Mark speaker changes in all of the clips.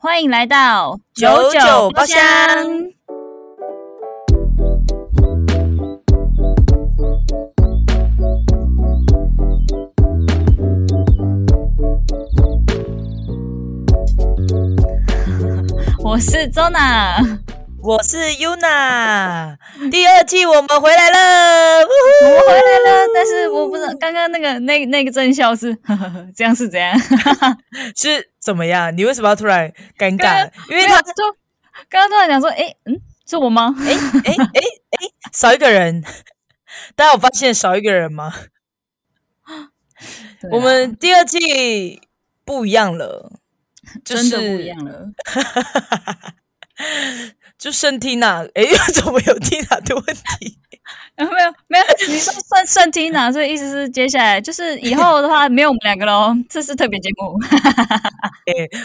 Speaker 1: 欢迎来到
Speaker 2: 九九包厢。
Speaker 1: 我是周 娜，
Speaker 2: 我是 Yuna，第二季我们回来了，呜
Speaker 1: 我们回来了，但是我不知道刚刚那个那那个正效是 呵呵呵这样是怎样？
Speaker 2: 呼是怎么样？你为什么要突然尴尬？因为
Speaker 1: 没有
Speaker 2: 他
Speaker 1: 就刚刚突然讲说，诶，嗯，是我吗？
Speaker 2: 哎哎哎哎，少一个人，大家有发现少一个人吗？
Speaker 1: 对啊
Speaker 2: 我们第二季不一样了，就
Speaker 1: 真
Speaker 2: 是
Speaker 1: 的不一样了，
Speaker 2: 就圣缇娜，哎， 怎么有缇娜的问题？
Speaker 1: 没有没有，你说算算听哪？所以意思是接下来就是以后的话没有我们两个喽， 这是特别节目。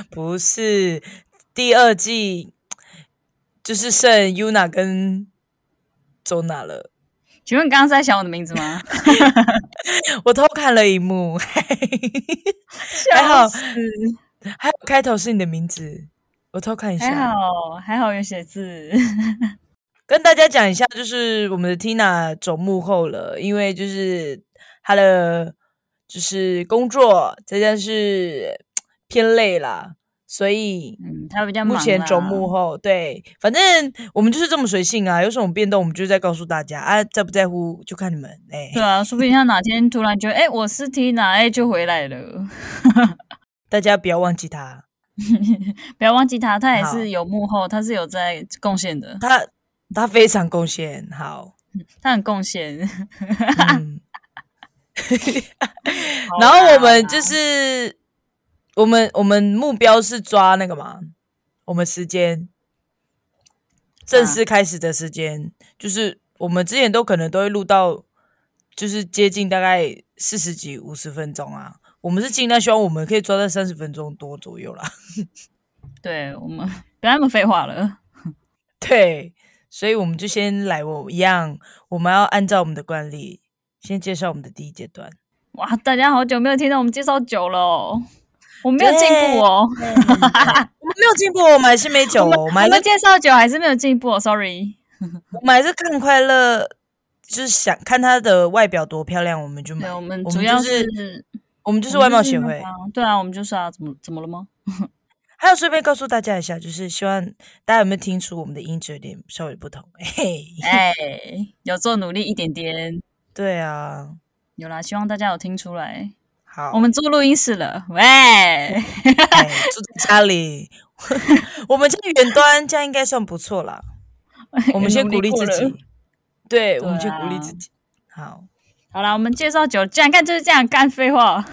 Speaker 2: 不是第二季，就是剩 Yuna 跟周娜了。
Speaker 1: 请问刚刚是在想我的名字吗？
Speaker 2: 我偷看了一幕， 还好
Speaker 1: 笑死
Speaker 2: 还有开头是你的名字，我偷看一
Speaker 1: 还
Speaker 2: 下，
Speaker 1: 好还好有写字，
Speaker 2: 跟大家讲一下，就是我们的 Tina 走幕后了，因为就是她的就是工作再加上是偏累啦，所以
Speaker 1: 嗯，他比较忙
Speaker 2: 目
Speaker 1: 啦
Speaker 2: 前走幕后。对，反正我们就是这么随性啊，有什么变动我们就再告诉大家啊，在不在乎就看你们哎。
Speaker 1: 对啊，说不定他哪天突然觉得，哎、我是 Tina，哎、就回来了。
Speaker 2: 大家不要忘记他，
Speaker 1: 不要忘记他，他也
Speaker 2: 好
Speaker 1: 是有幕后，他是有在贡献的，
Speaker 2: 他他非常贡献， 好。
Speaker 1: 他很贡献。
Speaker 2: 嗯
Speaker 1: 好啦
Speaker 2: 然后我们就是我们我们目标是抓那个嘛，我们时间正式开始的时间，就是我们之前都可能都会录到，就是接近大概四十几五十分钟啊。我们是尽量希望我们可以抓在三十分钟多左右啦。
Speaker 1: 对我们 不要那么废话了。
Speaker 2: 对，所以我们就先来我一样，我们要按照我们的惯例，先介绍我们的第一阶段。
Speaker 1: 哇，大家好久没有听到我们介绍酒了哦、我没有进步哦，
Speaker 2: 我们没有进步，嗯我们还是没酒、哦，我们还
Speaker 1: 我
Speaker 2: 是
Speaker 1: 们介绍酒还是没有进步、哦、，sorry。
Speaker 2: 我们还是看快乐，就是想看她的外表多漂亮，我们就买。
Speaker 1: 对，我们
Speaker 2: 我
Speaker 1: 主要
Speaker 2: 就是
Speaker 1: 是
Speaker 2: 我们就
Speaker 1: 就是
Speaker 2: 外貌协会
Speaker 1: 那个。啊对啊，我们就是啊，怎么怎么了吗？
Speaker 2: 还有顺便告诉大家一下，就是希望大家有没有听出我们的音质有点稍微不同？嘿，
Speaker 1: 哎、 有做努力一点点，
Speaker 2: 对啊，
Speaker 1: 有啦，希望大家有听出来。
Speaker 2: 好，
Speaker 1: 我们做录音室了，喂。
Speaker 2: 哎住在家里， 我们家远端这样应该算不错 啦。我们先鼓励
Speaker 1: 努
Speaker 2: 自
Speaker 1: 力过了
Speaker 2: 己，对，我们
Speaker 1: 对
Speaker 2: 先
Speaker 1: 啊
Speaker 2: 鼓励自己。好，
Speaker 1: 好啦，我们介绍酒，这样干就是这样干，废 话。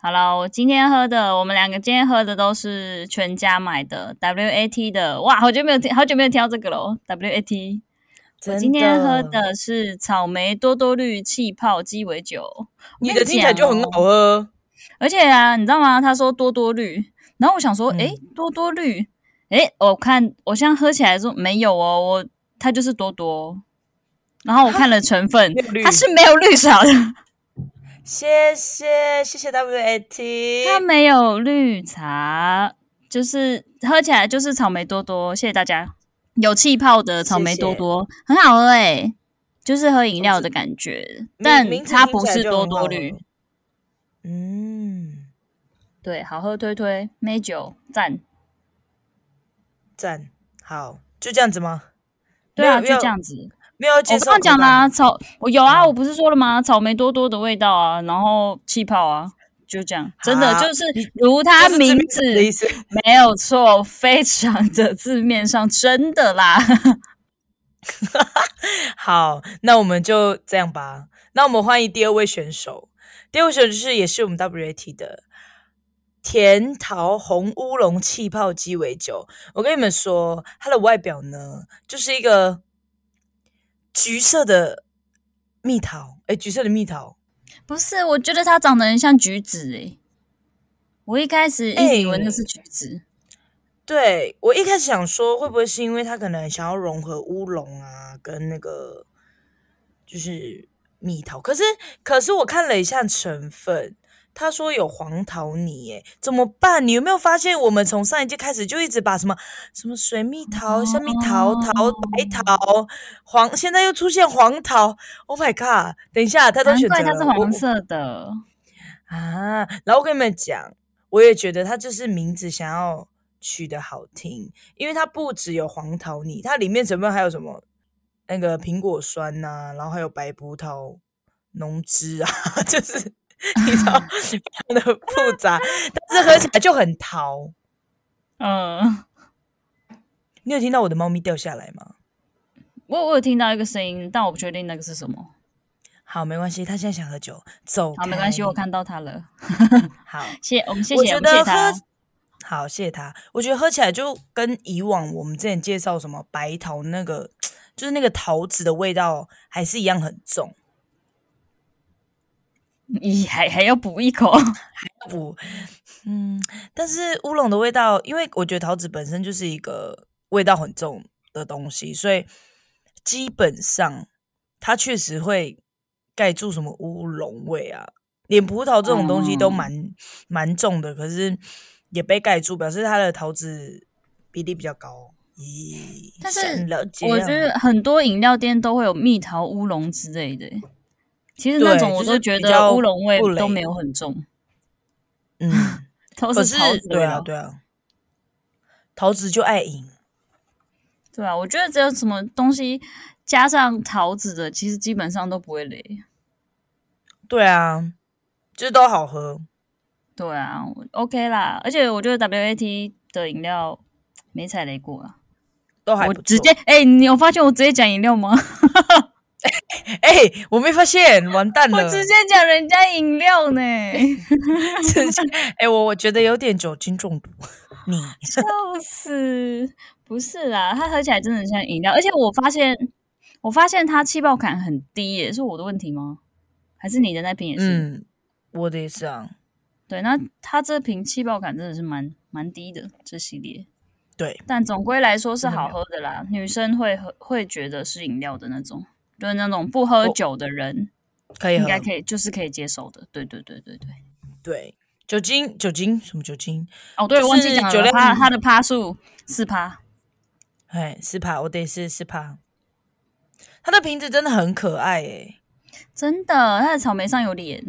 Speaker 1: 好了，我今天喝的，我们两个今天喝的都是全家买的 WAT 的，哇，好久没有听，好久没有听到这个哦喽 WAT。我
Speaker 2: 真
Speaker 1: 今天喝
Speaker 2: 的，
Speaker 1: 的是草莓多多绿气泡鸡尾酒，
Speaker 2: 你
Speaker 1: 我
Speaker 2: 的
Speaker 1: 跟
Speaker 2: 听起来就很
Speaker 1: 讲哦
Speaker 2: 好喝。
Speaker 1: 而且啊，你知道吗？他说多多绿，然后我想说，
Speaker 2: 嗯
Speaker 1: 诶，多多绿，诶，哦我看我现在喝起来说没有哦，我它就是多多。然后我看了成分
Speaker 2: 没有 绿，
Speaker 1: 它是没有绿茶 的，
Speaker 2: 谢谢，谢谢 WAT。
Speaker 1: 它没有绿茶，就是喝起来就是草莓多多。谢谢大家，有气泡的草莓多多很好喝诶、就是喝饮料的感觉，
Speaker 2: 名
Speaker 1: 但
Speaker 2: 名字
Speaker 1: 它
Speaker 2: 听
Speaker 1: 不
Speaker 2: 起来
Speaker 1: 是
Speaker 2: 就
Speaker 1: 多
Speaker 2: 很
Speaker 1: 多
Speaker 2: 好
Speaker 1: 绿
Speaker 2: 了。嗯，
Speaker 1: 对，好喝推推，美酒赞。
Speaker 2: 赞，好，就这样子吗？
Speaker 1: 对啊，
Speaker 2: 没
Speaker 1: 就
Speaker 2: 有
Speaker 1: 这，样子。
Speaker 2: 没有要介
Speaker 1: 我
Speaker 2: 绍
Speaker 1: 刚刚讲啦、
Speaker 2: 口
Speaker 1: 草我有啊，
Speaker 2: 嗯
Speaker 1: 我不是说了吗？草莓多多的味道啊，然后气泡啊，就这样，真的
Speaker 2: 好
Speaker 1: 啊就是如它
Speaker 2: 袋就是字
Speaker 1: 名
Speaker 2: 面
Speaker 1: 字，
Speaker 2: 的意思。
Speaker 1: 没有错，非常的字面上真的啦。
Speaker 2: 好，那我们就这样吧。那我们欢迎第二位选手，第二位选手就是也是我们 WAT 的甜桃红乌龙气泡鸡尾酒。我跟你们说，它的外表呢，就是一个橘色的蜜桃，哎，橘色的蜜桃。
Speaker 1: 不是，我觉得它长得很像橘子诶、欸我一开始一直以为
Speaker 2: 哎
Speaker 1: 那是橘子，
Speaker 2: 对我一开始想说，会不会是因为他可能想要融合乌龙啊，跟那个就是蜜桃？可是，可是我看了一下成分，他说有黄桃泥，耶，怎么办？你有没有发现我们从上一届开始就一直把什么什么水蜜桃、香蜜桃、桃白
Speaker 1: 哦
Speaker 2: 桃、黄，现在又出现黄桃，Oh my god！等一下，他都
Speaker 1: 难
Speaker 2: 选择
Speaker 1: 怪它
Speaker 2: 了
Speaker 1: 是
Speaker 2: 我
Speaker 1: 黄色的，
Speaker 2: 啊。然后我跟你们讲，我也觉得他就是名字想要取得好听，因为它不只有黄桃泥，它里面成分还有什么那个苹果酸呐、然后还有白葡萄浓汁啊， 就是你知道非常的复杂，但是喝起来就很桃。
Speaker 1: 嗯，
Speaker 2: 你有听到我的猫咪掉下来吗？
Speaker 1: 我我有听到一个声音，但我不确定那个是什么。
Speaker 2: 好，没关系，它现在想喝酒，走。
Speaker 1: 好，没关系，我。看到它了。
Speaker 2: 好，
Speaker 1: 谢，我们谢
Speaker 2: 我
Speaker 1: 谢，
Speaker 2: 觉
Speaker 1: 我们谢哦
Speaker 2: 得
Speaker 1: 谢
Speaker 2: 喝
Speaker 1: 它。
Speaker 2: 好，谢谢他。我觉得喝起来就跟以往我们之前介绍什么白桃那个，就是那个桃子的味道还是一样很重。
Speaker 1: 咦，还还要补一口？
Speaker 2: 不，嗯，但是乌龙的味道，因为我觉得桃子本身就是一个味道很重的东西，所以基本上它确实会盖住什么乌龙味啊，连葡萄这种东西都
Speaker 1: 哦
Speaker 2: 蛮蛮重的，可是也被盖住，表示它的桃子比例比较高。咦，
Speaker 1: 但是
Speaker 2: 想了解啊
Speaker 1: 我觉得很多饮料店都会有蜜桃乌龙之类的欸、其实那
Speaker 2: 对
Speaker 1: 种我
Speaker 2: 就
Speaker 1: 都
Speaker 2: 是
Speaker 1: 觉
Speaker 2: 比较
Speaker 1: 得乌龙味
Speaker 2: 不雷
Speaker 1: 都没有很重，
Speaker 2: 嗯，
Speaker 1: 都
Speaker 2: 可
Speaker 1: 是桃子的
Speaker 2: 对
Speaker 1: 味
Speaker 2: 啊，
Speaker 1: 道。
Speaker 2: 对啊，桃子就爱饮，
Speaker 1: 对啊，我觉得只有什么东西加上桃子的，其实基本上都不会雷。
Speaker 2: 对啊，就是都好喝。
Speaker 1: 对啊我，OK 啦，而且我觉得 WAT 的饮料没踩雷过啊。
Speaker 2: 都还
Speaker 1: 我
Speaker 2: 不
Speaker 1: 直
Speaker 2: 错
Speaker 1: 接哎、你有发现我直接讲饮料吗？
Speaker 2: 哎、我没发现，完蛋 了！
Speaker 1: 我直接讲人家饮料 呢，
Speaker 2: 直接哎、我我觉得有点酒精中毒。你
Speaker 1: 笑死！不是啦，它喝起来真的很像饮料，而且我发现，我发现它气泡感很低耶，是我的问题吗？还是你的那瓶也是？
Speaker 2: 嗯，我的也是啊，
Speaker 1: 对，那它这瓶气泡感真的是蛮蛮低的，这系列。
Speaker 2: 对，
Speaker 1: 但总归来说是
Speaker 2: 真的没
Speaker 1: 好
Speaker 2: 有
Speaker 1: 喝的啦，女生会喝会觉得是饮料的那种，就是那种不喝
Speaker 2: 我
Speaker 1: 酒的人
Speaker 2: 可以
Speaker 1: 应
Speaker 2: 喝。
Speaker 1: 该可以，就是可以接受的。对对对对对。
Speaker 2: 对，酒精酒精什么酒精？
Speaker 1: 哦，对，
Speaker 2: 就是
Speaker 1: 忘记讲
Speaker 2: 酒
Speaker 1: 了，
Speaker 2: 量
Speaker 1: 它它的趴数四趴，
Speaker 2: 哎，四趴，我的也是四趴。它的瓶子真的很可爱哎、
Speaker 1: 真的，它的草莓上有脸，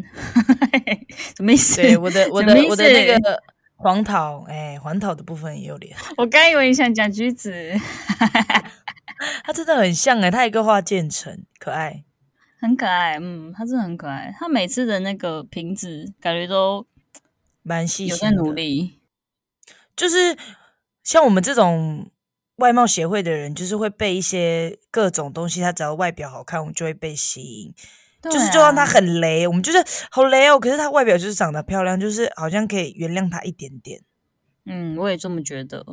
Speaker 1: 什么意思？
Speaker 2: 对，我的我
Speaker 1: 什么
Speaker 2: 的
Speaker 1: 意思
Speaker 2: 我的那个黄桃，哎、黄桃的部分也有脸，
Speaker 1: 我刚以为你想讲橘子，
Speaker 2: 它真的很像哎、它一个画渐层，可爱。
Speaker 1: 很可爱，嗯，它真的很可爱，它每次的那个瓶子感觉都
Speaker 2: 蛮细
Speaker 1: 有
Speaker 2: 心
Speaker 1: 在
Speaker 2: 的，
Speaker 1: 努力，
Speaker 2: 就是像我们这种外貌协会的人，就是会被一些各种东西，他只要外表好看，我们就会被吸引。
Speaker 1: 对
Speaker 2: 就是
Speaker 1: 啊
Speaker 2: 就让他很雷，我们就是好雷哦。可是他外表就是长得漂亮，就是好像可以原谅他一点点。
Speaker 1: 嗯，我也这么觉得，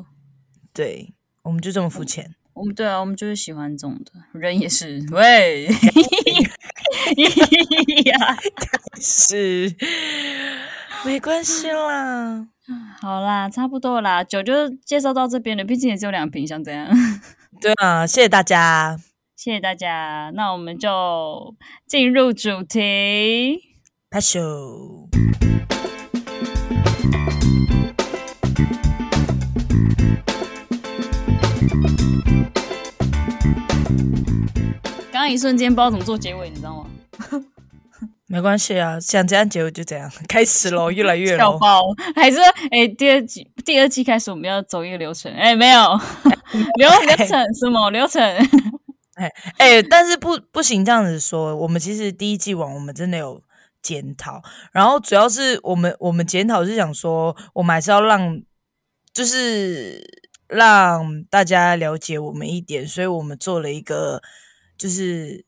Speaker 2: 对，我们就这么
Speaker 1: 嗯
Speaker 2: 肤浅。
Speaker 1: 我们对啊，我们就是喜欢这种的，人也是，喂， 呀
Speaker 2: 是，没关 系啦。
Speaker 1: 好啦，差不多啦，酒就介绍到这边了，毕竟也只有两瓶，想怎样？
Speaker 2: 对啊，谢谢大家。
Speaker 1: 谢谢大家，那我们就进入主题。
Speaker 2: 拍手。
Speaker 1: 刚刚一瞬间不知道怎么做结尾，你知道吗？
Speaker 2: 没关系啊，想怎样结尾就怎样，开始喽，越来越
Speaker 1: 笑
Speaker 2: 喽。
Speaker 1: 爆！还是哎、第二季第二季开始我们要走一个流程，哎、没有 流流程什么流程？
Speaker 2: 哎、但是不不行这样子说，我们其实第一季完，我们真的有检讨，然后主要是我们我们检讨是想说，我们还是要让就是让大家了解我们一点，所以我们做了一个就是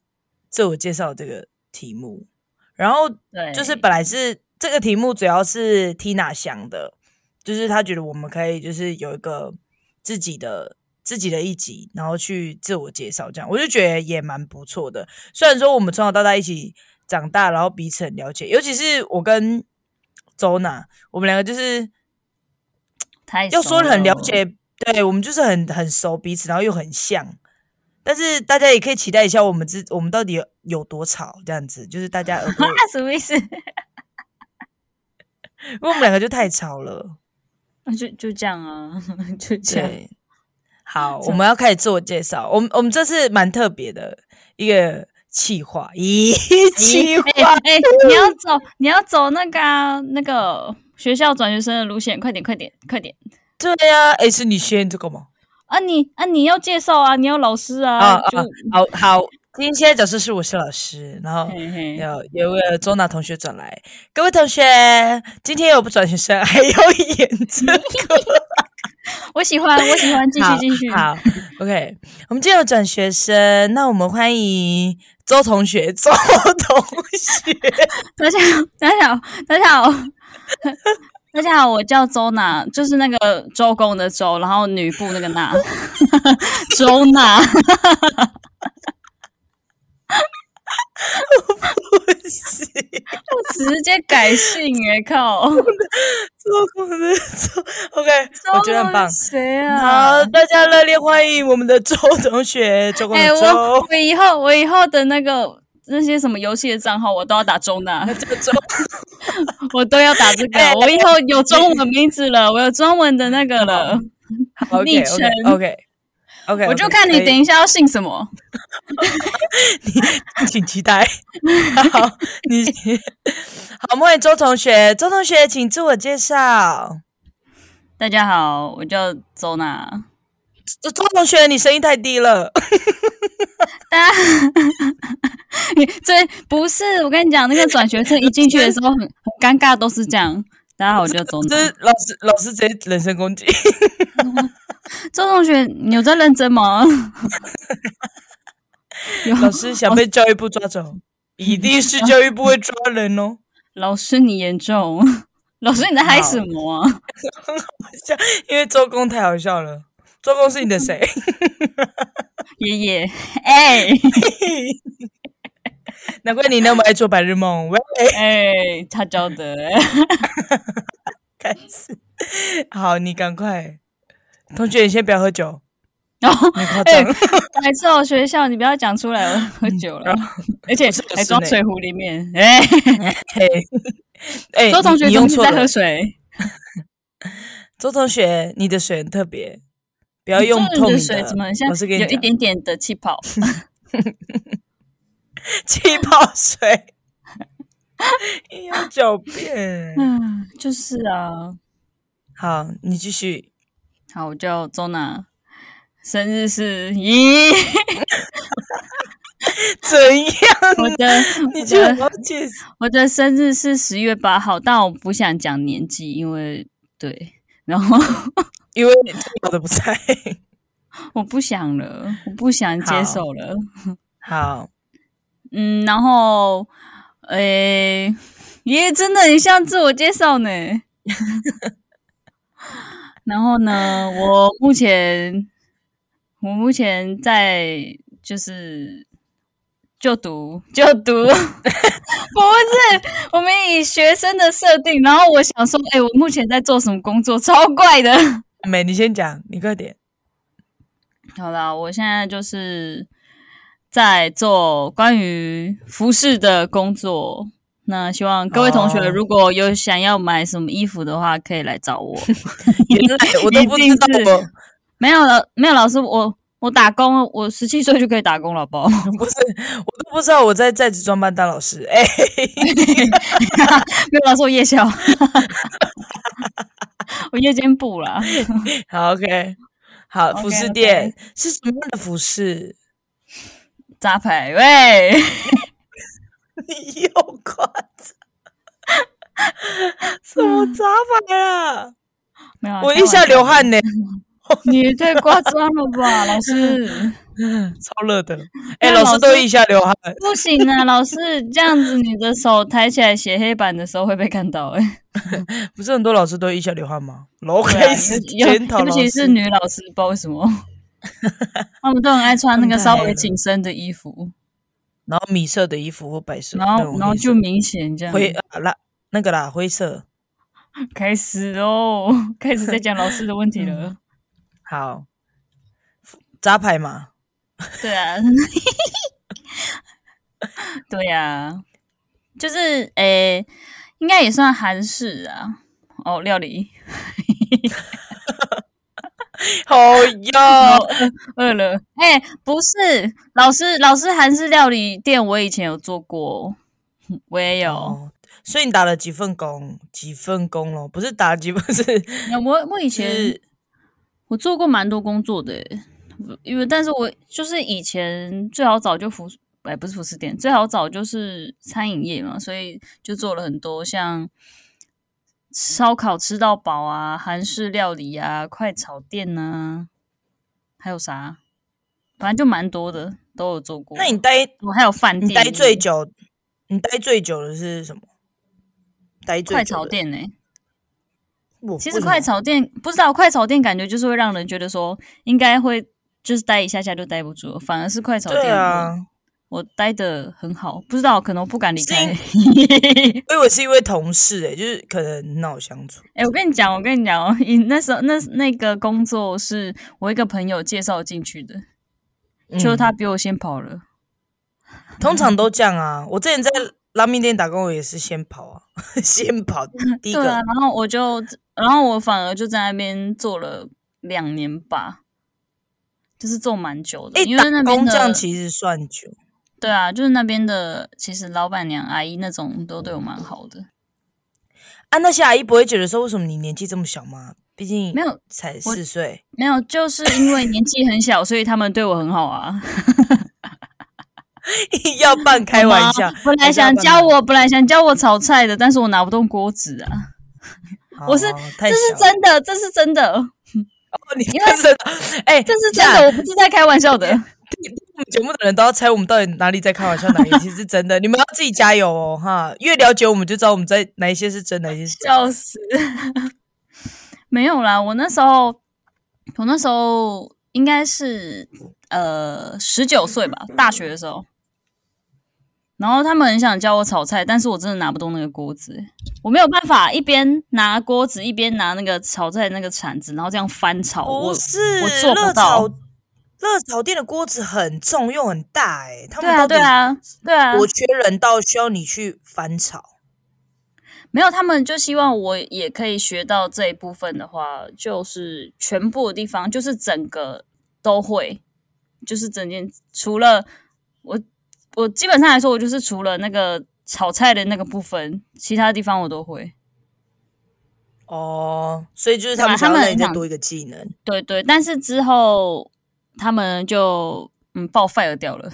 Speaker 2: 自我介绍这个题目，然后
Speaker 1: 对，
Speaker 2: 就是本来是这个题目主要是 Tina 想的，就是她觉得我们可以就是有一个自己的自己的一集，然后去自我介绍这样，我就觉得也蛮不错的。虽然说我们从小到大一起长大，然后彼此很了解，尤其是我跟周娜，我们两个就是
Speaker 1: 太熟
Speaker 2: 要说很了，解，对我们就是很很熟彼此，然后又很像。但是大家也可以期待一下，我们之我
Speaker 1: 啊
Speaker 2: 们到底有有多吵，这样子，就是大家耳朵
Speaker 1: 什么意思？
Speaker 2: 因为我们两个就太吵了。
Speaker 1: 啊就就这样啊， 就这样。
Speaker 2: 对， 好，
Speaker 1: 这
Speaker 2: 我们要开始自我介绍。我们我们这次蛮特别的一个企划，咦，企划
Speaker 1: 哎、哎你要走，你要走那个啊、那个学校转学生的路线，快点，快点，快点
Speaker 2: 对呀、啊，哎，是你先，这个吗？
Speaker 1: 啊你！啊，你要介绍啊，你要老师啊，
Speaker 2: 啊
Speaker 1: 就
Speaker 2: 啊好好，今天现在角色是我是老师，然后
Speaker 1: 嘿嘿
Speaker 2: 有有一位周娜同学转来，各位同学，今天有不转学生， 还要演这个，
Speaker 1: 我喜欢，我喜欢，嗯继续，继续。
Speaker 2: 好，OK，我们今天有转学生，那我们欢迎周同学，周同学，
Speaker 1: 大家好，大家好，大家好，大家好，我叫周娜，就是那个周公的周，然后女部那个娜，周娜。
Speaker 2: 不行，
Speaker 1: 我直接改姓哎、靠！
Speaker 2: 周公的周，OK，我 觉得很
Speaker 1: 周
Speaker 2: 棒
Speaker 1: 娜。是谁啊？
Speaker 2: 好，大家热烈欢迎我们的周 同学，周公的
Speaker 1: 哎、
Speaker 2: 周。
Speaker 1: 我我以后我以后的那个那些什么游戏的账号，我都要打周娜。
Speaker 2: 这个周，
Speaker 1: 我都要打这个，
Speaker 2: 哎
Speaker 1: 我以后有中文名字了，我有中文的那个了，昵称
Speaker 2: OK OK，
Speaker 1: 我就看你等一下要姓什么。
Speaker 2: 请 期待。好，你 好，我们欢迎周同学。周同学，请自我介绍。
Speaker 1: 大家好，我叫周娜。
Speaker 2: 周周同学，你声音太低了。
Speaker 1: 嗯大家，你 这不是我跟你讲，那个转学生一进去的时候很很尴尬，都是这样。大家好，我叫 周
Speaker 2: 这
Speaker 1: 娜。
Speaker 2: 是老师，老师直接人 身攻击。
Speaker 1: 周同学，你有在认真吗？ 有
Speaker 2: 老师想被教育部抓走，一定是教育部会抓人哦。
Speaker 1: 老师，你严重。老师，你在嗨什么啊、
Speaker 2: 像因为周公太好笑了。周公是你的谁？
Speaker 1: 爷爷，哎、
Speaker 2: 难怪你那么爱做白日梦。喂，
Speaker 1: 哎、他教的、
Speaker 2: 开始。好，你赶快。同学，你先不要喝酒，
Speaker 1: 然后。
Speaker 2: 你夸张了。
Speaker 1: 来自我学校，你不要讲出来，我喝酒 了，而且
Speaker 2: 是有
Speaker 1: 还
Speaker 2: 室
Speaker 1: 装
Speaker 2: 内
Speaker 1: 水壶里面。哎、
Speaker 2: 嘿，哎、
Speaker 1: 周同学
Speaker 2: 你
Speaker 1: 总
Speaker 2: 用
Speaker 1: 是
Speaker 2: 错
Speaker 1: 在喝
Speaker 2: 了。
Speaker 1: 水，
Speaker 2: 周同学，你的水很特别，不要用
Speaker 1: 周
Speaker 2: 透
Speaker 1: 同学
Speaker 2: 明
Speaker 1: 的水怎么很像
Speaker 2: 我是跟你
Speaker 1: 有一
Speaker 2: 讲，
Speaker 1: 点点的气 泡？
Speaker 2: 气泡水，一有九遍。
Speaker 1: 嗯，就是啊。
Speaker 2: 好，你继续。
Speaker 1: 好，我叫周娜，生日是咦，
Speaker 2: 怎样？
Speaker 1: 我的
Speaker 2: 你
Speaker 1: 我
Speaker 2: 就
Speaker 1: 的
Speaker 2: 好解释。
Speaker 1: 我的生日是十月八号，但我不想讲年纪，因为对，然后
Speaker 2: 因为我的不在。
Speaker 1: 我不想了，我不想接
Speaker 2: 好
Speaker 1: 受了。
Speaker 2: 好，
Speaker 1: 嗯，然后，诶、耶，真的很像自我介绍呢。 然后呢，我目前，我目前在就是就读就读，不 是我们以学生的设定。然后我想说，哎、我目前在做什么工作，超怪的。
Speaker 2: 美，你先讲，你快点。
Speaker 1: 好啦，我现在就是在做关于服饰的工作。那希望各位同学
Speaker 2: 哦
Speaker 1: 如果有想要买什么衣服的话，可以来找我。
Speaker 2: 原来我都不
Speaker 1: 一定
Speaker 2: 知
Speaker 1: 是
Speaker 2: 道我，
Speaker 1: 没有了，没有老师，我我打工，我十七岁就可以打工了，好不好？
Speaker 2: 不是，我都不知道我在在职专班当老师。哎、
Speaker 1: 没有老师，我夜校， 我夜间部啦。
Speaker 2: 好，OK，好，
Speaker 1: OK，
Speaker 2: 服饰
Speaker 1: OK
Speaker 2: 店是什么样的服 饰？
Speaker 1: 杂牌喂，
Speaker 2: 你又夸张，什么杂牌啊？
Speaker 1: 没有啊，
Speaker 2: 我
Speaker 1: 开
Speaker 2: 一下
Speaker 1: 玩笑
Speaker 2: 流，汗呢、
Speaker 1: 你也太夸张了吧，老师。
Speaker 2: 超热的。哎、
Speaker 1: 那
Speaker 2: 老
Speaker 1: 老
Speaker 2: 师
Speaker 1: 师
Speaker 2: 都一下流汗，
Speaker 1: 不行啊，老师这样子，你的手抬起来写黑板的时候会被看到哎、欸。
Speaker 2: 不是很多老师都一下流汗吗？老
Speaker 1: 对啊
Speaker 2: 开始
Speaker 1: 尤
Speaker 2: 检讨
Speaker 1: 尤
Speaker 2: 老
Speaker 1: 其是
Speaker 2: 师。
Speaker 1: 女老师，不知道为什 么，他们都很爱穿那个稍微紧身的衣服，
Speaker 2: 然后米色的衣服或白色，
Speaker 1: 然
Speaker 2: 那种
Speaker 1: 后然后
Speaker 2: 黑色
Speaker 1: 就明显这样。
Speaker 2: 灰啊啦那个啦灰色。
Speaker 1: 开始哦，开始在讲老师的问题
Speaker 2: 嗯
Speaker 1: 了。
Speaker 2: 好，杂牌嘛。
Speaker 1: 对啊，对啊，就是诶、应该也算韩式啊。哦，料理，
Speaker 2: 好呀，
Speaker 1: 饿了。哎、不是，老师，老师韩式料理店我以前有做过，我也有。
Speaker 2: 哦，所以你打了几份工？几份工咯？不是打几份， 是
Speaker 1: 那哎我我以前
Speaker 2: 是
Speaker 1: 我做过蛮多工作的欸，因为但是我就是以前最好早就服，哎不是服饰店，最好早就是餐饮业嘛，所以就做了很多像烧烤吃到饱啊、韩式料理啊、快炒店呐、还有啥，反正就蛮多的都有做过。
Speaker 2: 那你待
Speaker 1: 我还有饭店
Speaker 2: 你
Speaker 1: 业，
Speaker 2: 待最久，你待最久的是什么？待最久的
Speaker 1: 快炒，店呢、欸
Speaker 2: 我
Speaker 1: 其
Speaker 2: 为
Speaker 1: 实
Speaker 2: 什
Speaker 1: 快
Speaker 2: 么
Speaker 1: 炒店不知道，快炒店感觉就是会让人觉得说应该会就是待一下下就待不住了，反而是快炒
Speaker 2: 对
Speaker 1: 店，
Speaker 2: 啊，
Speaker 1: 我我待的很好，不知道可能我不敢离开。
Speaker 2: 我以为是因为同事诶、欸就是可能很好相处。
Speaker 1: 哎、我跟你讲，我跟你讲 哦，你那时候那那个工作是我一个朋友介绍进去的，就、他比我先跑了。
Speaker 2: 嗯、通常都这样啊。我之前在拉面店打工，我也是先跑啊， 先 跑第一
Speaker 1: 对啊
Speaker 2: 个，，
Speaker 1: 然后我就，然后我反而就在那边做了两年吧，就是做蛮久的，
Speaker 2: 哎、
Speaker 1: 因为那
Speaker 2: 打
Speaker 1: 边
Speaker 2: 工
Speaker 1: 的
Speaker 2: 这样其实算久。
Speaker 1: 对啊，就是那边的，其实老板娘、阿姨那种都对我蛮好的。
Speaker 2: 啊，那些阿姨不会觉得说为什么你年纪这么小吗？毕竟
Speaker 1: 没有
Speaker 2: 才四岁，
Speaker 1: 没有，就是因为年纪很小，所以他们对我很好啊。
Speaker 2: 要半开玩笑
Speaker 1: 好吗。本来想教我，本来想教我炒菜的，但是我拿不动锅子啊。
Speaker 2: 好，
Speaker 1: 我是
Speaker 2: 好
Speaker 1: 这
Speaker 2: 太
Speaker 1: 是
Speaker 2: 小了
Speaker 1: 真的，这是真的，
Speaker 2: 哦你
Speaker 1: 因
Speaker 2: 这是真的哎，
Speaker 1: 这是
Speaker 2: 这样
Speaker 1: 真的，我不是在开玩笑的。
Speaker 2: 节目的人都要猜我们到底哪里在开玩笑，哪一些是真的。你们要自己加油哦，哈！越了解我们就知道我们在哪一些是真，哪一些是假的。
Speaker 1: 笑死！没有啦，我那时候，我那时候应该是呃十九岁吧，大学的时候。然后他们很想教我炒菜，但是我真的拿不动那个锅子，欸我没有办法一边拿锅子一边拿那个炒菜那个铲子，然后这样翻炒。我
Speaker 2: 不哦是，
Speaker 1: 我做不
Speaker 2: 热
Speaker 1: 到
Speaker 2: 炒热炒店的锅子很重又很大、哎，他
Speaker 1: 对
Speaker 2: 们
Speaker 1: 啊，
Speaker 2: 到底
Speaker 1: 对啊，对啊，
Speaker 2: 我缺人到需要你去翻炒。
Speaker 1: 没有，他们就希望我也可以学到这一部分的话，就是全部的地方，就是整个都会，就是整件除了我，我基本上来说，我就是除了那个炒菜的那个部分，其他地方我都会。
Speaker 2: 哦，所以就是
Speaker 1: 对
Speaker 2: 他们
Speaker 1: 啊他
Speaker 2: 想要
Speaker 1: 们
Speaker 2: 让你再
Speaker 1: 很
Speaker 2: 多一个技能。
Speaker 1: 对对，但是之后他们就嗯爆 fire 掉了，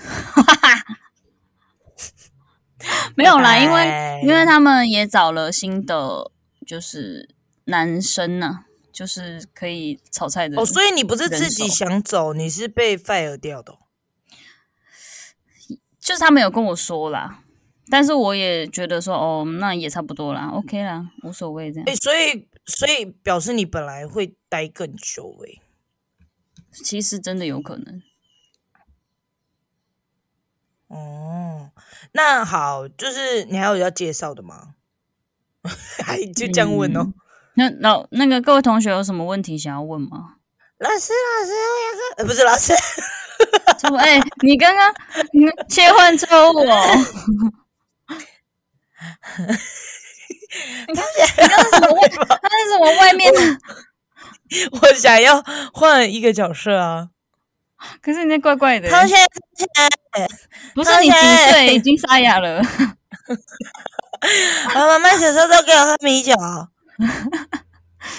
Speaker 1: 没有啦，因为
Speaker 2: 为
Speaker 1: 因为他们也找了新的就是男生呢、就是可以炒菜的人。
Speaker 2: 哦，所以你不是自己
Speaker 1: 人手
Speaker 2: 想走，你是被 fire 掉的哦、
Speaker 1: 就是他们有跟我说啦，但是我也觉得说，哦，那也差不多啦，OK 啦，无所谓这样
Speaker 2: 哎、。所以所以表示你本来会待更久、哎。
Speaker 1: 其实真的有可能，
Speaker 2: 哦，那好，就是你还有要介绍的吗？ 还就这样问哦。
Speaker 1: 嗯那老那个各位同学有什么问题想要问吗？
Speaker 2: 老师，老师，我要呃，不是老师，
Speaker 1: 怎么？哎、你刚刚你切换错 误哦。你看，你刚刚什么外？他是什么外面的？
Speaker 2: 我想要换一个角色啊。
Speaker 1: 可是你那怪怪的。
Speaker 2: 他现在现在
Speaker 1: 不是你几岁，已经沙哑了。
Speaker 2: 啊，妈妈小时候都给我喝米酒。啊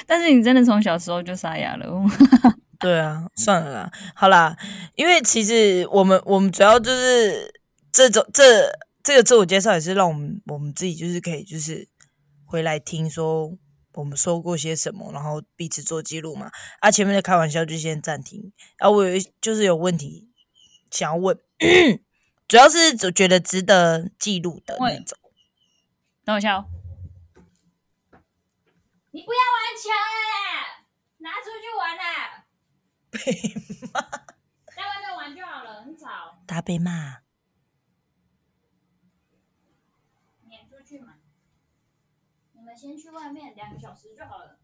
Speaker 1: 但是你真的从小时候就沙哑了。
Speaker 2: 对啊，算了啦，好啦，因为其实我们我们主要就是这种这这个自我介绍也是让我们我们自己就是可以就是回来听说我们说过些什么，然后彼此做记录嘛。啊，前面的开玩笑就先暂停。啊，我有一就是有问题想要问， 主要是我觉得值得记录的那
Speaker 1: 喂
Speaker 2: 种。
Speaker 1: 等我一下哦。
Speaker 3: 你不要玩球了啦，拿出去玩啦。在外面玩就好了，很吵。
Speaker 2: 大被骂，
Speaker 3: 撵出去嘛。你们先去外面两个小时就好 了。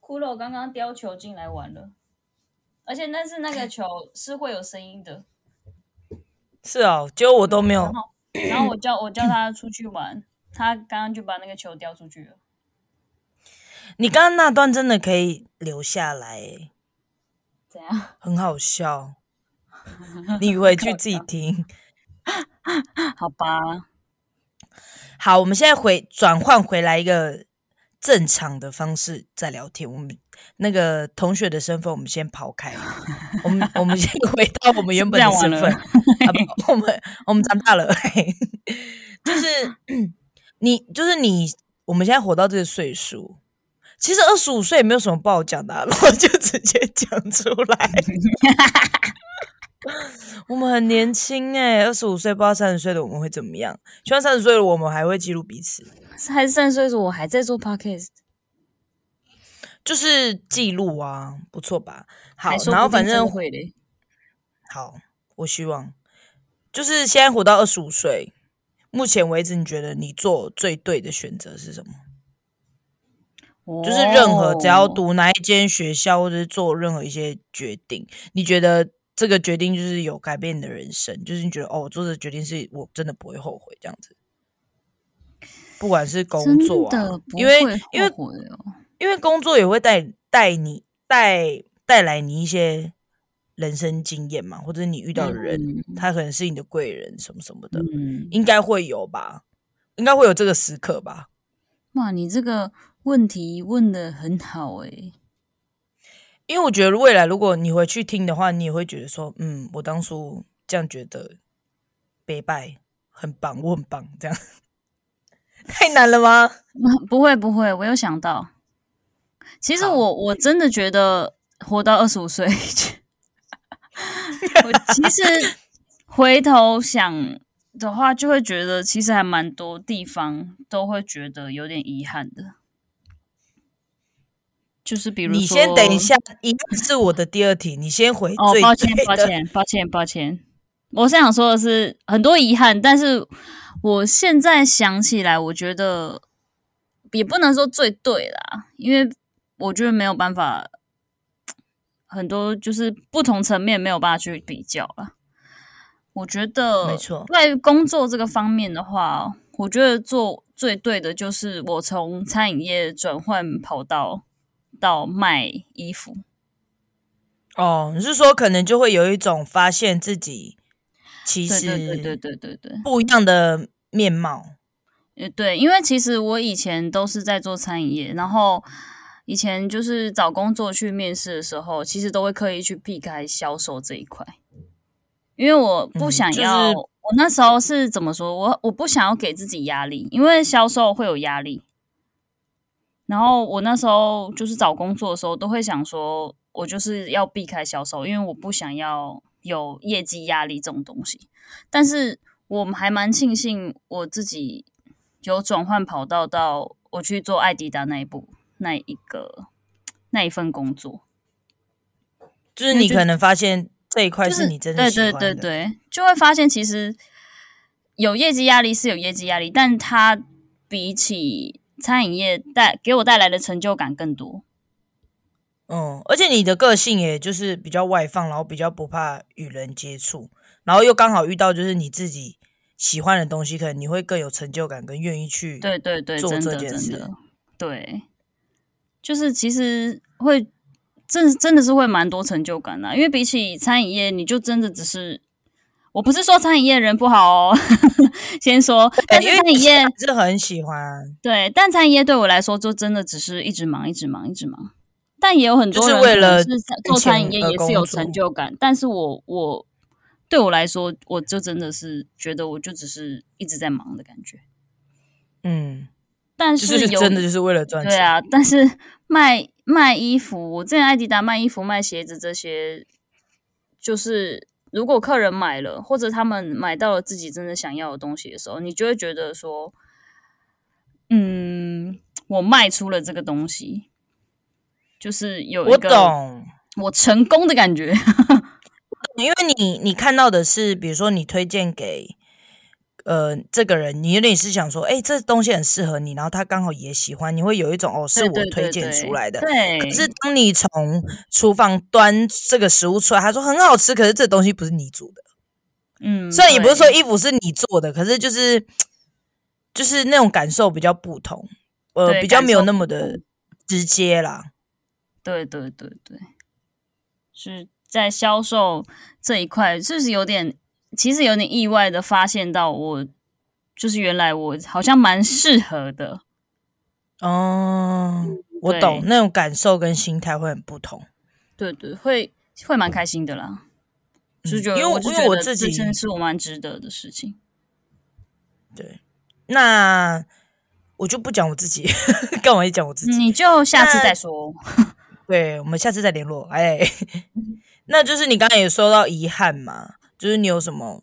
Speaker 1: 骷髅刚刚叼球进来玩了，而且但是那个球是会有声音的。
Speaker 2: 是哦，结果我都没有。
Speaker 1: 嗯然后我叫我叫他出去玩，他刚刚就把那个球叼出去了。
Speaker 2: 你刚刚那段真的可以留下来欸，
Speaker 1: 怎样？
Speaker 2: 很好笑。你回去自己听。
Speaker 1: 好吧，
Speaker 2: 好，我们现在回转换回来一个正常的方式再聊天。我们那个同学的身份，我们先抛开，我 们我们先回到我们原本的身
Speaker 1: 这
Speaker 2: 份。
Speaker 1: 样
Speaker 2: 啊不我们我们长大了，嘿就是 你就是你，我们现在活到这个岁数。其实二十五岁也没有什么不好讲的、啊，然 后就直接讲出 来。我们很年轻哎、二十五岁不知道三十岁的我们会怎么样？希望三十岁的我们还会记录彼此，
Speaker 1: 还是三十岁的时候我还在做 podcast，
Speaker 2: 就是记录啊，不错吧？好
Speaker 1: 还，说
Speaker 2: 然后
Speaker 1: 不定
Speaker 2: 反
Speaker 1: 真的
Speaker 2: 正
Speaker 1: 会嘞。
Speaker 2: 好，我希望就是现在活到二十五岁，目前为止，你觉得你做最对的选择是什么？就是任何只要
Speaker 1: 哦
Speaker 2: 读哪一间学校，或者是做任何一些决定，你觉得这个决定就是有改变你的人生，就是你觉得哦，我做的决定是我真的不会后悔这样子。不管是工作、
Speaker 1: 真
Speaker 2: 啊
Speaker 1: 的，不
Speaker 2: 因为
Speaker 1: 会
Speaker 2: 因为
Speaker 1: 后悔哦
Speaker 2: 因为工作也会带带你带带来你一些人生经验嘛，或者是你遇到的人，
Speaker 1: 嗯
Speaker 2: 他可能是你的贵人什么什么的，
Speaker 1: 嗯，
Speaker 2: 应该会有吧，应该会有这个时刻吧。
Speaker 1: 哇，你这个问题问的很好欸诶、
Speaker 2: 因为我觉得未来如果你回去听的话，你也会觉得说，嗯，我当初这样觉得，北拜很棒，我很棒，这样太难了吗？
Speaker 1: 不会不会，我有想到。其实
Speaker 2: 好
Speaker 1: 我我真的觉得活到二十五岁， 我其实回头想的话，就会觉得其实还蛮多地方都会觉得有点遗憾的。就是比如说，
Speaker 2: 你先等一下，一定是我的第二题，你先回
Speaker 1: 哦，
Speaker 2: 最
Speaker 1: 抱歉，
Speaker 2: 对
Speaker 1: 抱
Speaker 2: 的。
Speaker 1: 歉，抱歉，抱歉。我是想说的是，很多遗憾，但是我现在想起来，我觉得也不能说最对啦，因为我觉得没有办法，很多就是不同层面没有办法去比较啦。我觉得
Speaker 2: 没错
Speaker 1: 在工作这个方面的话，我觉得做最对的就是我从餐饮业转换跑道到卖衣服。
Speaker 2: 哦，你是说可能就会有一种发现自己其
Speaker 1: 对对对对
Speaker 2: 实
Speaker 1: 对对对。
Speaker 2: 不一样的面貌，
Speaker 1: 呃，对，因为其实我以前都是在做餐饮业，然后以前就是找工作去面试的时候，其实都会刻意去避开销售这一块，因为我不
Speaker 2: 嗯
Speaker 1: 想
Speaker 2: 就是
Speaker 1: 要。我那时候是怎么说？我我不想要给自己压力，因为销售会有压力。然后我那时候就是找工作的时候，都会想说，我就是要避开销售，因为我不想要有业绩压力这种东西。但是我们还蛮庆幸我自己有转换跑道到我去做艾迪达那一步那一个那一份工作，
Speaker 2: 就是
Speaker 1: 那
Speaker 2: 你
Speaker 1: 就
Speaker 2: 可能发现这一块
Speaker 1: 就是
Speaker 2: 你真的喜
Speaker 1: 对
Speaker 2: 欢
Speaker 1: 对
Speaker 2: 的。
Speaker 1: 对对，就会发现其实有业绩压力是有业绩压力，但它比起餐饮业带给我带来的成就感更多。
Speaker 2: 嗯，而且你的个性也就是比较外放，然后比较不怕与人接触，然后又刚好遇到就是你自己喜欢的东西，可能你会更有成就感，跟愿意去。
Speaker 1: 对对对，
Speaker 2: 做
Speaker 1: 真
Speaker 2: 这
Speaker 1: 的
Speaker 2: 件
Speaker 1: 真
Speaker 2: 事
Speaker 1: 的，对，就是其实会真真的是会蛮多成就感的、啊因为比起餐饮业，你就真的只是，我不是说餐饮业人不好哦， 先说，但
Speaker 2: 因
Speaker 1: 是
Speaker 2: 为
Speaker 1: 餐饮 业
Speaker 2: 还是很喜欢，
Speaker 1: 对，但餐饮业对我来说，就真的只是一直忙，一直忙，一直忙。但也有很多
Speaker 2: 就是
Speaker 1: 人
Speaker 2: 为
Speaker 1: 可能
Speaker 2: 了
Speaker 1: 是做餐饮
Speaker 2: 钱
Speaker 1: 业
Speaker 2: 而
Speaker 1: 也是有
Speaker 2: 工作
Speaker 1: 成就感，但是我我对我来说，我就真的是觉得我就只是一直在忙的感觉。
Speaker 2: 嗯，
Speaker 1: 但
Speaker 2: 就是是
Speaker 1: 有
Speaker 2: 真的就是为了赚钱。
Speaker 1: 对啊，但是卖卖衣服，我之前艾迪达卖衣服、卖鞋子这些，就是如果客人买了，或者他们买到了自己真的想要的东西的时候，你就会觉得说，嗯，我卖出了这个东西，就是有一
Speaker 2: 我
Speaker 1: 个
Speaker 2: 懂，
Speaker 1: 我成功的感觉。
Speaker 2: 因为你你看到的是，比如说你推荐给呃，这个人你有点是想说，哎、这东西很适合你，然后他刚好也喜欢，你会有一种哦，是
Speaker 1: 对
Speaker 2: 我推荐出来的。
Speaker 1: 对，
Speaker 2: 可是当你从厨房端这个食物出来，他说很好吃，可是这东西不是你煮的。
Speaker 1: 嗯，
Speaker 2: 虽然也不是说
Speaker 1: 对
Speaker 2: 衣服是你做的，可是就是就是那种感受比较不同，呃，
Speaker 1: 对
Speaker 2: 比较没有那么
Speaker 1: 感受不
Speaker 2: 的直接啦。
Speaker 1: 对对对对，是在销售这一块，就是有点，其实有点意外的发现到我，就是原来我好像蛮适合的，
Speaker 2: 哦，
Speaker 1: 嗯
Speaker 2: 我
Speaker 1: 对
Speaker 2: 懂那种感受跟心态会很不同。
Speaker 1: 对对，会会蛮开心的啦。就是
Speaker 2: 嗯
Speaker 1: 觉得
Speaker 2: 因为我
Speaker 1: 就
Speaker 2: 因
Speaker 1: 觉
Speaker 2: 为我
Speaker 1: 得
Speaker 2: 自
Speaker 1: 这
Speaker 2: 己
Speaker 1: 真的是我蛮值得的事情。
Speaker 2: 对，那我就不讲我自己， 干嘛一讲我自己？
Speaker 1: 你就下次
Speaker 2: 那
Speaker 1: 再说。
Speaker 2: 对，我们下次再联络。哎， 那就是你刚才也说到遗憾嘛，就是你有什么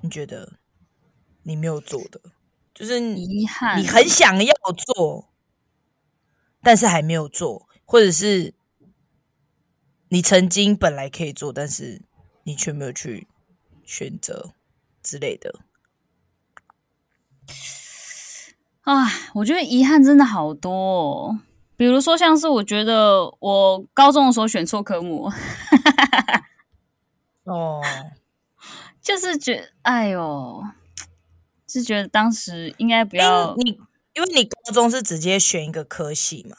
Speaker 2: 你觉得你没有做的，就是你
Speaker 1: 遗憾，
Speaker 2: 你很想要做，但是还没有做，或者是你曾经本来可以做，但是你却没有去选择之类的。
Speaker 1: 啊，我觉得遗憾真的好多、哦。比如说，像是我觉得我高中的时候选错科目，
Speaker 2: 哦，
Speaker 1: 就是觉，哎呦，是觉得当时应该不
Speaker 2: 因为
Speaker 1: 要。
Speaker 2: 哎你因为你高中是直接选一个科系嘛，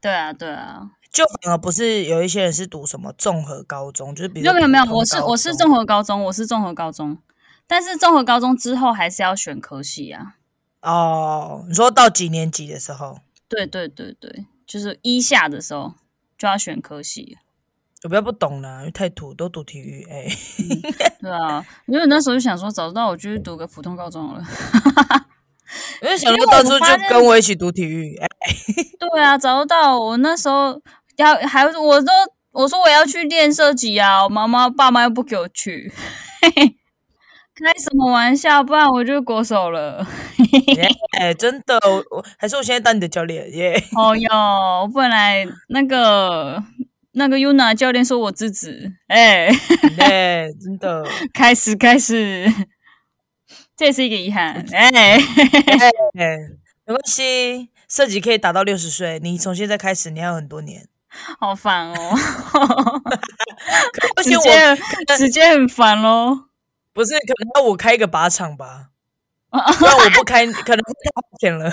Speaker 1: 对啊，对啊，
Speaker 2: 就反而不是有一些人是读什么综合高中，就是比如
Speaker 1: 就
Speaker 2: 说
Speaker 1: 没有没有，
Speaker 2: 普通
Speaker 1: 我是
Speaker 2: 高
Speaker 1: 我是
Speaker 2: 中
Speaker 1: 综合高中，我是综合高中，但是综合高中之后还是要选科系啊。
Speaker 2: 哦，你说到几年级的时候，
Speaker 1: 对对对对，就是一下的时候就要选科系。啊
Speaker 2: 我比较不懂啦，因为太土，都读体育，哎、
Speaker 1: 对啊，因为那时候就想说，早知道我就去读个普通高中好了。
Speaker 2: 因为想
Speaker 1: 因
Speaker 2: 说
Speaker 1: 为
Speaker 2: 到
Speaker 1: 我
Speaker 2: 处
Speaker 1: 发
Speaker 2: 就
Speaker 1: 现
Speaker 2: 跟我一起读体育，哎、
Speaker 1: 对啊，早知道我那时候要还我都我说我要去练射击啊，我妈妈爸妈又不给我去， 开什么玩笑？不然我就国手了。
Speaker 2: 耶、哎真的，我我还是我现在当你的教练耶。
Speaker 1: 哦哟，我本来那个那个 UNA 教练说我制止，哎、
Speaker 2: 哎、真的，
Speaker 1: 开始开始，这也是一个遗憾，哎、
Speaker 2: 哎、没关系，射击可以打到六十岁，你从现在开始，你还有很多年。
Speaker 1: 好烦哦，
Speaker 2: 而
Speaker 1: 直
Speaker 2: 且我
Speaker 1: 接直接很烦咯。
Speaker 2: 不是，可能要我开一个靶场吧， 不然我不开，可能会太花钱了，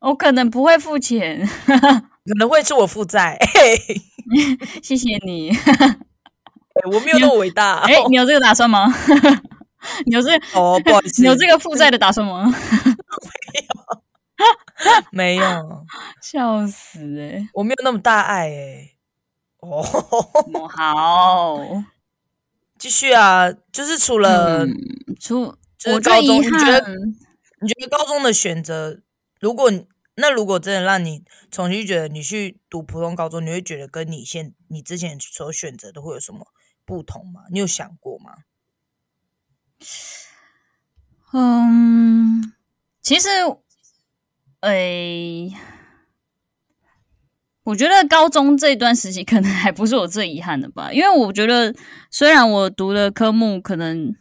Speaker 1: 我可能不会付钱，
Speaker 2: 可能会是我负债。 嘿嘿
Speaker 1: 谢谢你。
Speaker 2: 我没有那么伟大。
Speaker 1: 哎、你有这个打算吗？ 你有这个
Speaker 2: 哦，不好意思，
Speaker 1: 你有这个负债的打算吗？
Speaker 2: 没有？
Speaker 1: 笑死哎、欸！
Speaker 2: 我没有那么大爱哎、哦，
Speaker 1: 哦 好，
Speaker 2: 继续啊，就是除了、
Speaker 1: 嗯，除
Speaker 2: 就是
Speaker 1: 我
Speaker 2: 高
Speaker 1: 最
Speaker 2: 中，
Speaker 1: 遗
Speaker 2: 你觉
Speaker 1: 憾
Speaker 2: 得，你觉得高中的选择，如果你那如果真的让你重新觉得你去读普通高中，你会觉得跟你现你之前所选择的会有什么不同吗？你有想过吗？
Speaker 1: 嗯，其实，哎、我觉得高中这段时期可能还不是我最遗憾的吧，因为我觉得虽然我读的科目可能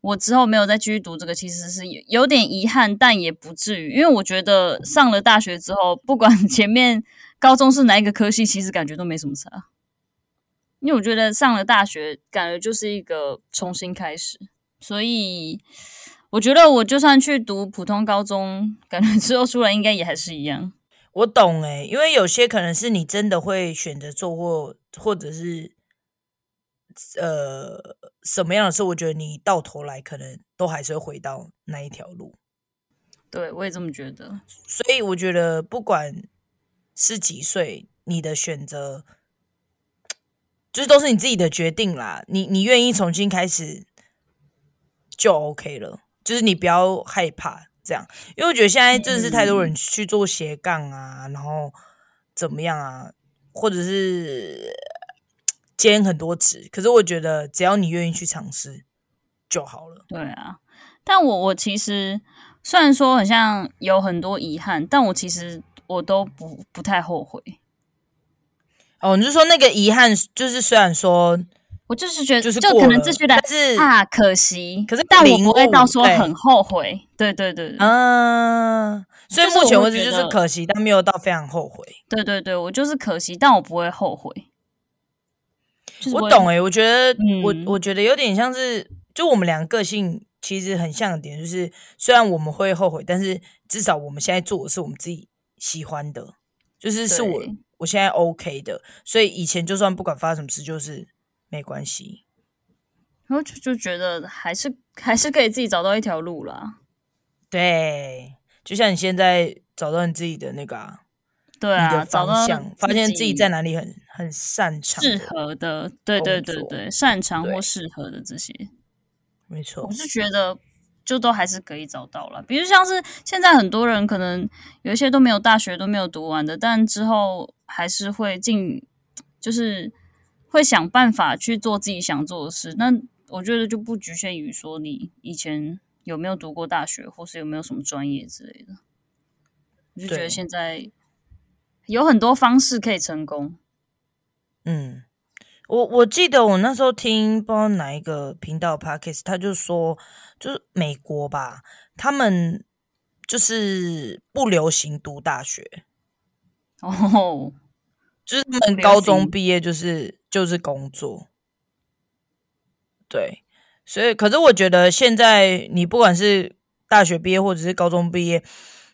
Speaker 1: 我之后没有再继续读这个，其实是有有点遗憾，但也不至于，因为我觉得上了大学之后，不管 前面高中是哪一个科系，其实感觉都没什么差，因为我觉得上了大学，感觉就是一个重新开始。所以我觉得我就算去读普通高中，感觉之后出来应该也还是一样。
Speaker 2: 我懂诶、因为有些可能是你真的会选择做或或者是呃什么样的事，我觉得你到头来可能都还是会回到那一条路。
Speaker 1: 对，我也这么觉得。
Speaker 2: 所以我觉得不管是几岁，你的选择就是都是你自己的决定啦。你你愿意重新开始就 OK 了，就是你不要害怕这样，因为我觉得现在真的是太多人去做斜杠啊，然后怎么样啊，或者是兼很多职。可是我觉得只要你愿意去尝试就好了。
Speaker 1: 对啊，但我我其实虽然说很像有很多遗憾，但我其实我都不不太后悔。
Speaker 2: 哦，你是说那个遗憾，就是虽然说
Speaker 1: 我就是觉得
Speaker 2: 就是
Speaker 1: 就
Speaker 2: 过
Speaker 1: 可能
Speaker 2: 了
Speaker 1: 秩序来
Speaker 2: 但是
Speaker 1: 啊，可惜。
Speaker 2: 可是
Speaker 1: 但我
Speaker 2: 领
Speaker 1: 不会
Speaker 2: 悟
Speaker 1: 到说
Speaker 2: 对
Speaker 1: 很后悔。对对对对
Speaker 2: 嗯，所以
Speaker 1: 就是
Speaker 2: 目前
Speaker 1: 我
Speaker 2: 为
Speaker 1: 会
Speaker 2: 止
Speaker 1: 觉
Speaker 2: 就是
Speaker 1: 得
Speaker 2: 可惜，但没有到非常后悔。
Speaker 1: 对对对，我就是可惜，但我不会后悔。就是不
Speaker 2: 我
Speaker 1: 会
Speaker 2: 懂哎、我觉得、我
Speaker 1: 嗯
Speaker 2: 我觉得有点像是，就我们两个个性其实很像的点，就是虽然我们会后悔，但是至少我们现在做的是我们自己喜欢的，就是是我
Speaker 1: 对
Speaker 2: 我现在 OK 的，所以以前就算不管发生什么事，就是没关系。
Speaker 1: 然后就就觉得还是还是可以自己找到一条路啦。
Speaker 2: 对，就像你现在找到你自己的那个、啊
Speaker 1: 对
Speaker 2: 你
Speaker 1: 啊，
Speaker 2: 的
Speaker 1: 找
Speaker 2: 方
Speaker 1: 到
Speaker 2: 向，发现自己在哪里很很擅长的，
Speaker 1: 适合的，对对对
Speaker 2: 工作
Speaker 1: 对，擅长
Speaker 2: 对
Speaker 1: 或适合的这些，
Speaker 2: 没错
Speaker 1: 我，是觉得就都还是可以找到了。比如像是现在很多人可能有一些都没有大学都没有读完的，但之后还是会进，就是会想办法去做自己想做的事。那我觉得就不局限于说你以前有没有读过大学，或是有没有什么专业之类的。我就觉
Speaker 2: 对
Speaker 1: 得现在有很多方式可以成功。
Speaker 2: 嗯，我我记得我那时候听不知道哪一个频道 podcast，他就说，就是美国吧，他们就是不流行读大学，
Speaker 1: 哦，
Speaker 2: 就是他们
Speaker 1: 不流
Speaker 2: 高中
Speaker 1: 行
Speaker 2: 毕业就是就是工作，对，所以可是我觉得现在你不管是大学毕业或者是高中毕业，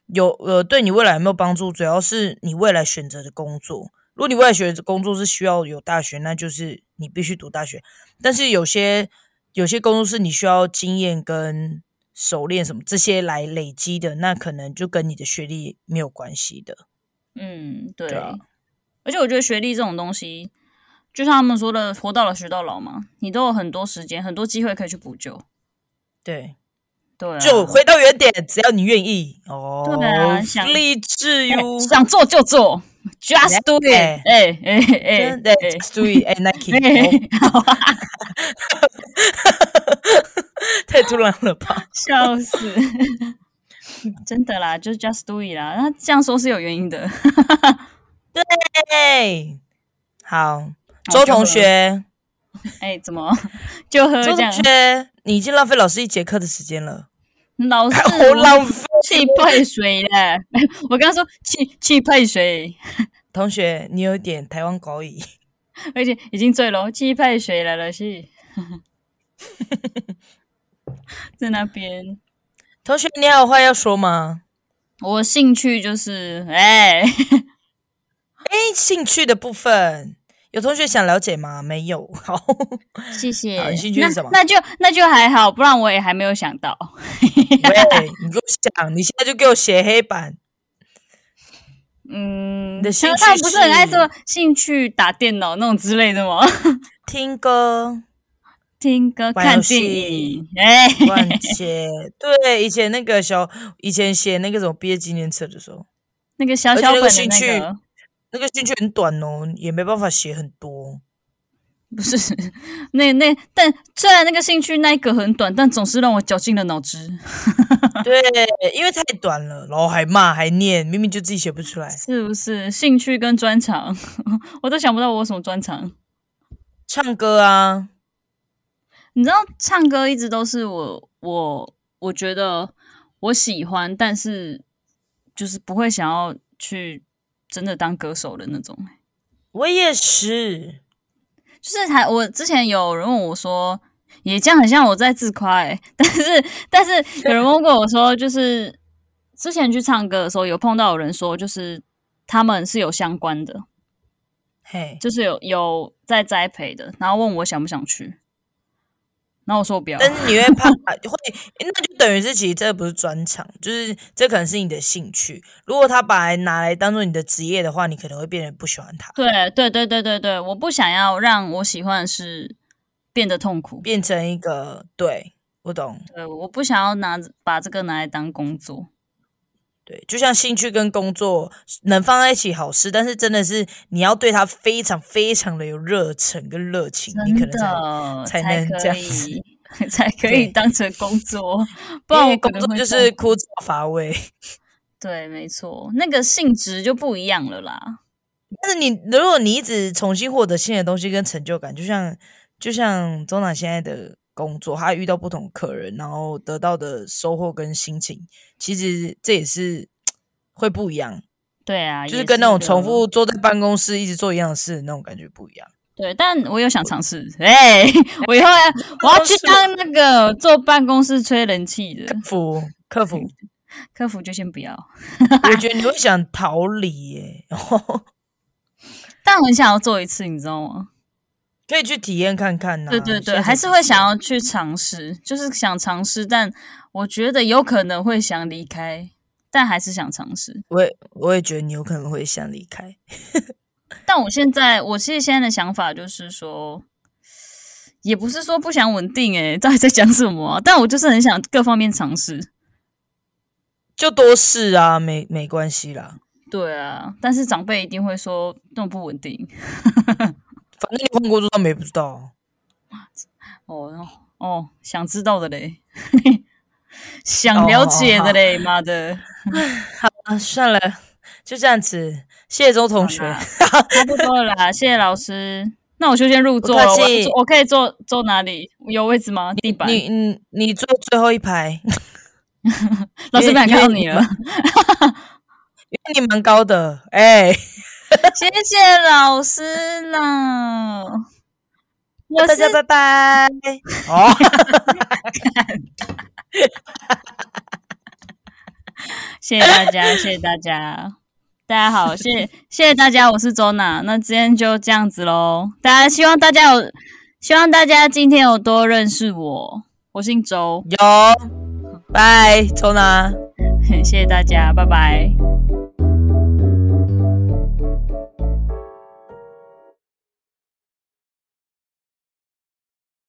Speaker 2: 有呃对你未来有没有帮助，主要是你未来选择的工作。如果你未来选择的工作是需要有大学，那就是你必须读大学。但是有些有些工作是你需要经验跟熟练什么这些来累积的，那可能就跟你的学历没有关系的。
Speaker 1: 嗯，对。
Speaker 2: 对啊
Speaker 1: 而且我觉得学历这种东西，就像他们说的“活到老学到老”嘛，你都有很多时间、很多机会可以去补救。
Speaker 2: 对，
Speaker 1: 对、啊，
Speaker 2: 就回到原点，只要你愿意哦。
Speaker 1: 对啊想
Speaker 2: 励志 you，
Speaker 1: 哎想做就做，just do it。
Speaker 2: 哎
Speaker 1: 哎哎哎哎
Speaker 2: 真的，注意 哎，Nike，哦
Speaker 1: 哎好啊
Speaker 2: 太突然 了吧？
Speaker 1: 笑死！真的啦，就 just do it 啦。那这样说是有原因的。
Speaker 2: 哎，好，
Speaker 1: 就
Speaker 2: 周同学，
Speaker 1: 哎，怎么就喝
Speaker 2: 周
Speaker 1: 这样
Speaker 2: 同？学，你已经浪费老师一节课的时间了，
Speaker 1: 老是哦
Speaker 2: 好浪费。
Speaker 1: 气配水嘞！ 我刚刚说气气配水。
Speaker 2: 同学，你有一点台湾狗语，
Speaker 1: 而且已经醉了，气派水来了 是，在那边。
Speaker 2: 同学，你还有话要说吗？
Speaker 1: 我兴趣就是，哎、
Speaker 2: 哎，兴趣的部分，有同学想了解吗？没有，好，
Speaker 1: 谢谢。
Speaker 2: 好你兴趣是什么
Speaker 1: 那那就那就还好，不然我也还没有想到。
Speaker 2: 喂，你给我想，你现在就给我写黑板。
Speaker 1: 嗯，
Speaker 2: 你的兴趣
Speaker 1: 他们不是很爱
Speaker 2: 是
Speaker 1: 说兴趣打电脑那种之类的吗？
Speaker 2: 听歌，
Speaker 1: 听歌、
Speaker 2: 玩
Speaker 1: 看
Speaker 2: 游戏
Speaker 1: 电影，哎、
Speaker 2: 乱写。对，以前那个小，以前写那个什么毕业纪念册的时候，
Speaker 1: 那个小
Speaker 2: 而且
Speaker 1: 小
Speaker 2: 那
Speaker 1: 本
Speaker 2: 个
Speaker 1: 的
Speaker 2: 兴
Speaker 1: 那
Speaker 2: 趣
Speaker 1: 个，
Speaker 2: 那个兴趣很短哦，也没办法写很多。
Speaker 1: 不是 那那，但虽然那个兴趣那一个很短，但总是让我绞尽了脑汁。
Speaker 2: 对，因为太短了，然后还骂还念，明明就自己写不出来。
Speaker 1: 是不是兴趣跟专长？ 我都想不到我有什么专长。
Speaker 2: 唱歌啊，
Speaker 1: 你知道，唱歌一直都是我我我觉得我喜欢，但是就是不会想要去真的当歌手的那种。欸
Speaker 2: 我也是。
Speaker 1: 就是还我之前有人问我说，也这样很像我在自夸哎、但是但是有人问过我说，就是之前去唱歌的时候，有碰到有人说，就是他们是有相关的，
Speaker 2: 嘿，
Speaker 1: 就是有有在栽培的，然后问我想不想去，然后我说我不要，
Speaker 2: 但是你会怕 会，那就等于是其实这不是专长，就是这可能是你的兴趣。如果他把来拿来当做你的职业的话，你可能会变得不喜欢他，
Speaker 1: 对对对对对对，我不想要让我喜欢的事变得痛苦，
Speaker 2: 变成一个对我懂。
Speaker 1: 对，我不想要拿把这个拿来当工作，
Speaker 2: 对，就像兴趣跟工作能放在一起好事，但是真的是你要对它非常非常的有热忱跟热情，你可
Speaker 1: 真
Speaker 2: 能
Speaker 1: 的
Speaker 2: 才才
Speaker 1: 才
Speaker 2: 能这
Speaker 1: 可
Speaker 2: 样子
Speaker 1: 以 才可
Speaker 2: 对
Speaker 1: 以当成工作，不然
Speaker 2: 因
Speaker 1: 我
Speaker 2: 为
Speaker 1: 可
Speaker 2: 工
Speaker 1: 能
Speaker 2: 作
Speaker 1: 会
Speaker 2: 就是
Speaker 1: 痛苦
Speaker 2: 枯燥乏味。
Speaker 1: 对，没错，那个性质就不一样了啦。
Speaker 2: 但是你如果你一直重新获得新的东西跟成就感，就像就像周娜现在的工作，她遇到不同的客人，然后得到的收获跟心情，其实这也是会不一样，
Speaker 1: 对啊，
Speaker 2: 就是
Speaker 1: 也
Speaker 2: 跟那种
Speaker 1: 个
Speaker 2: 重复坐在办公室一直做一样的事那种感觉不一样。
Speaker 1: 对，但我有想尝试，哎、我以 后要我要去当那个做办公室吹人气的
Speaker 2: 服客服，
Speaker 1: 客服，就先不要。
Speaker 2: 我觉得你会想逃离耶、
Speaker 1: 但我很想要做一次，你知道吗？
Speaker 2: 可以去体验看看呐、
Speaker 1: 对对
Speaker 2: 现
Speaker 1: 对，
Speaker 2: 在
Speaker 1: 还
Speaker 2: 才
Speaker 1: 是
Speaker 2: 几
Speaker 1: 会
Speaker 2: 岁
Speaker 1: 想要去尝试，就是想尝试，但我觉得有可能会想离开，但还是想尝试。
Speaker 2: 我也我也觉得你有可能会想离开，
Speaker 1: 但我现在，我其实现在的想法就是说，也不是说不想稳定、欸，诶，到底在讲什么啊、但我就是很想各方面尝试。
Speaker 2: 就多试啊，没没关系啦，
Speaker 1: 对啊，但是长辈一定会说那种不稳定。
Speaker 2: 反正你换工作他们也不知道啊。
Speaker 1: 哦然后哦，想知道的嘞， 想了解的嘞，妈的，
Speaker 2: 啊，算了，就这样子，谢谢周同学。
Speaker 1: 差不多了啦， 谢谢老师。那我就先入座
Speaker 2: 不
Speaker 1: 了，
Speaker 2: 客
Speaker 1: 我
Speaker 2: 气
Speaker 1: 要坐我可以坐坐哪里？有位置吗？地板？
Speaker 2: 你你你坐最后一排，
Speaker 1: 老师不想
Speaker 2: 因为
Speaker 1: 看到你了，
Speaker 2: 因为你蛮高的，哎、
Speaker 1: 谢谢老师啦。 我
Speaker 2: 大
Speaker 1: 是
Speaker 2: 家拜拜。哦，
Speaker 1: 谢谢大家，谢谢大家，大家好，谢谢谢谢大家，我是周娜，那今天就这样子喽，大家希望大家有，希望大家今天有多认识我，我姓周，
Speaker 2: 有，拜，周娜。
Speaker 1: 谢谢大家，拜拜。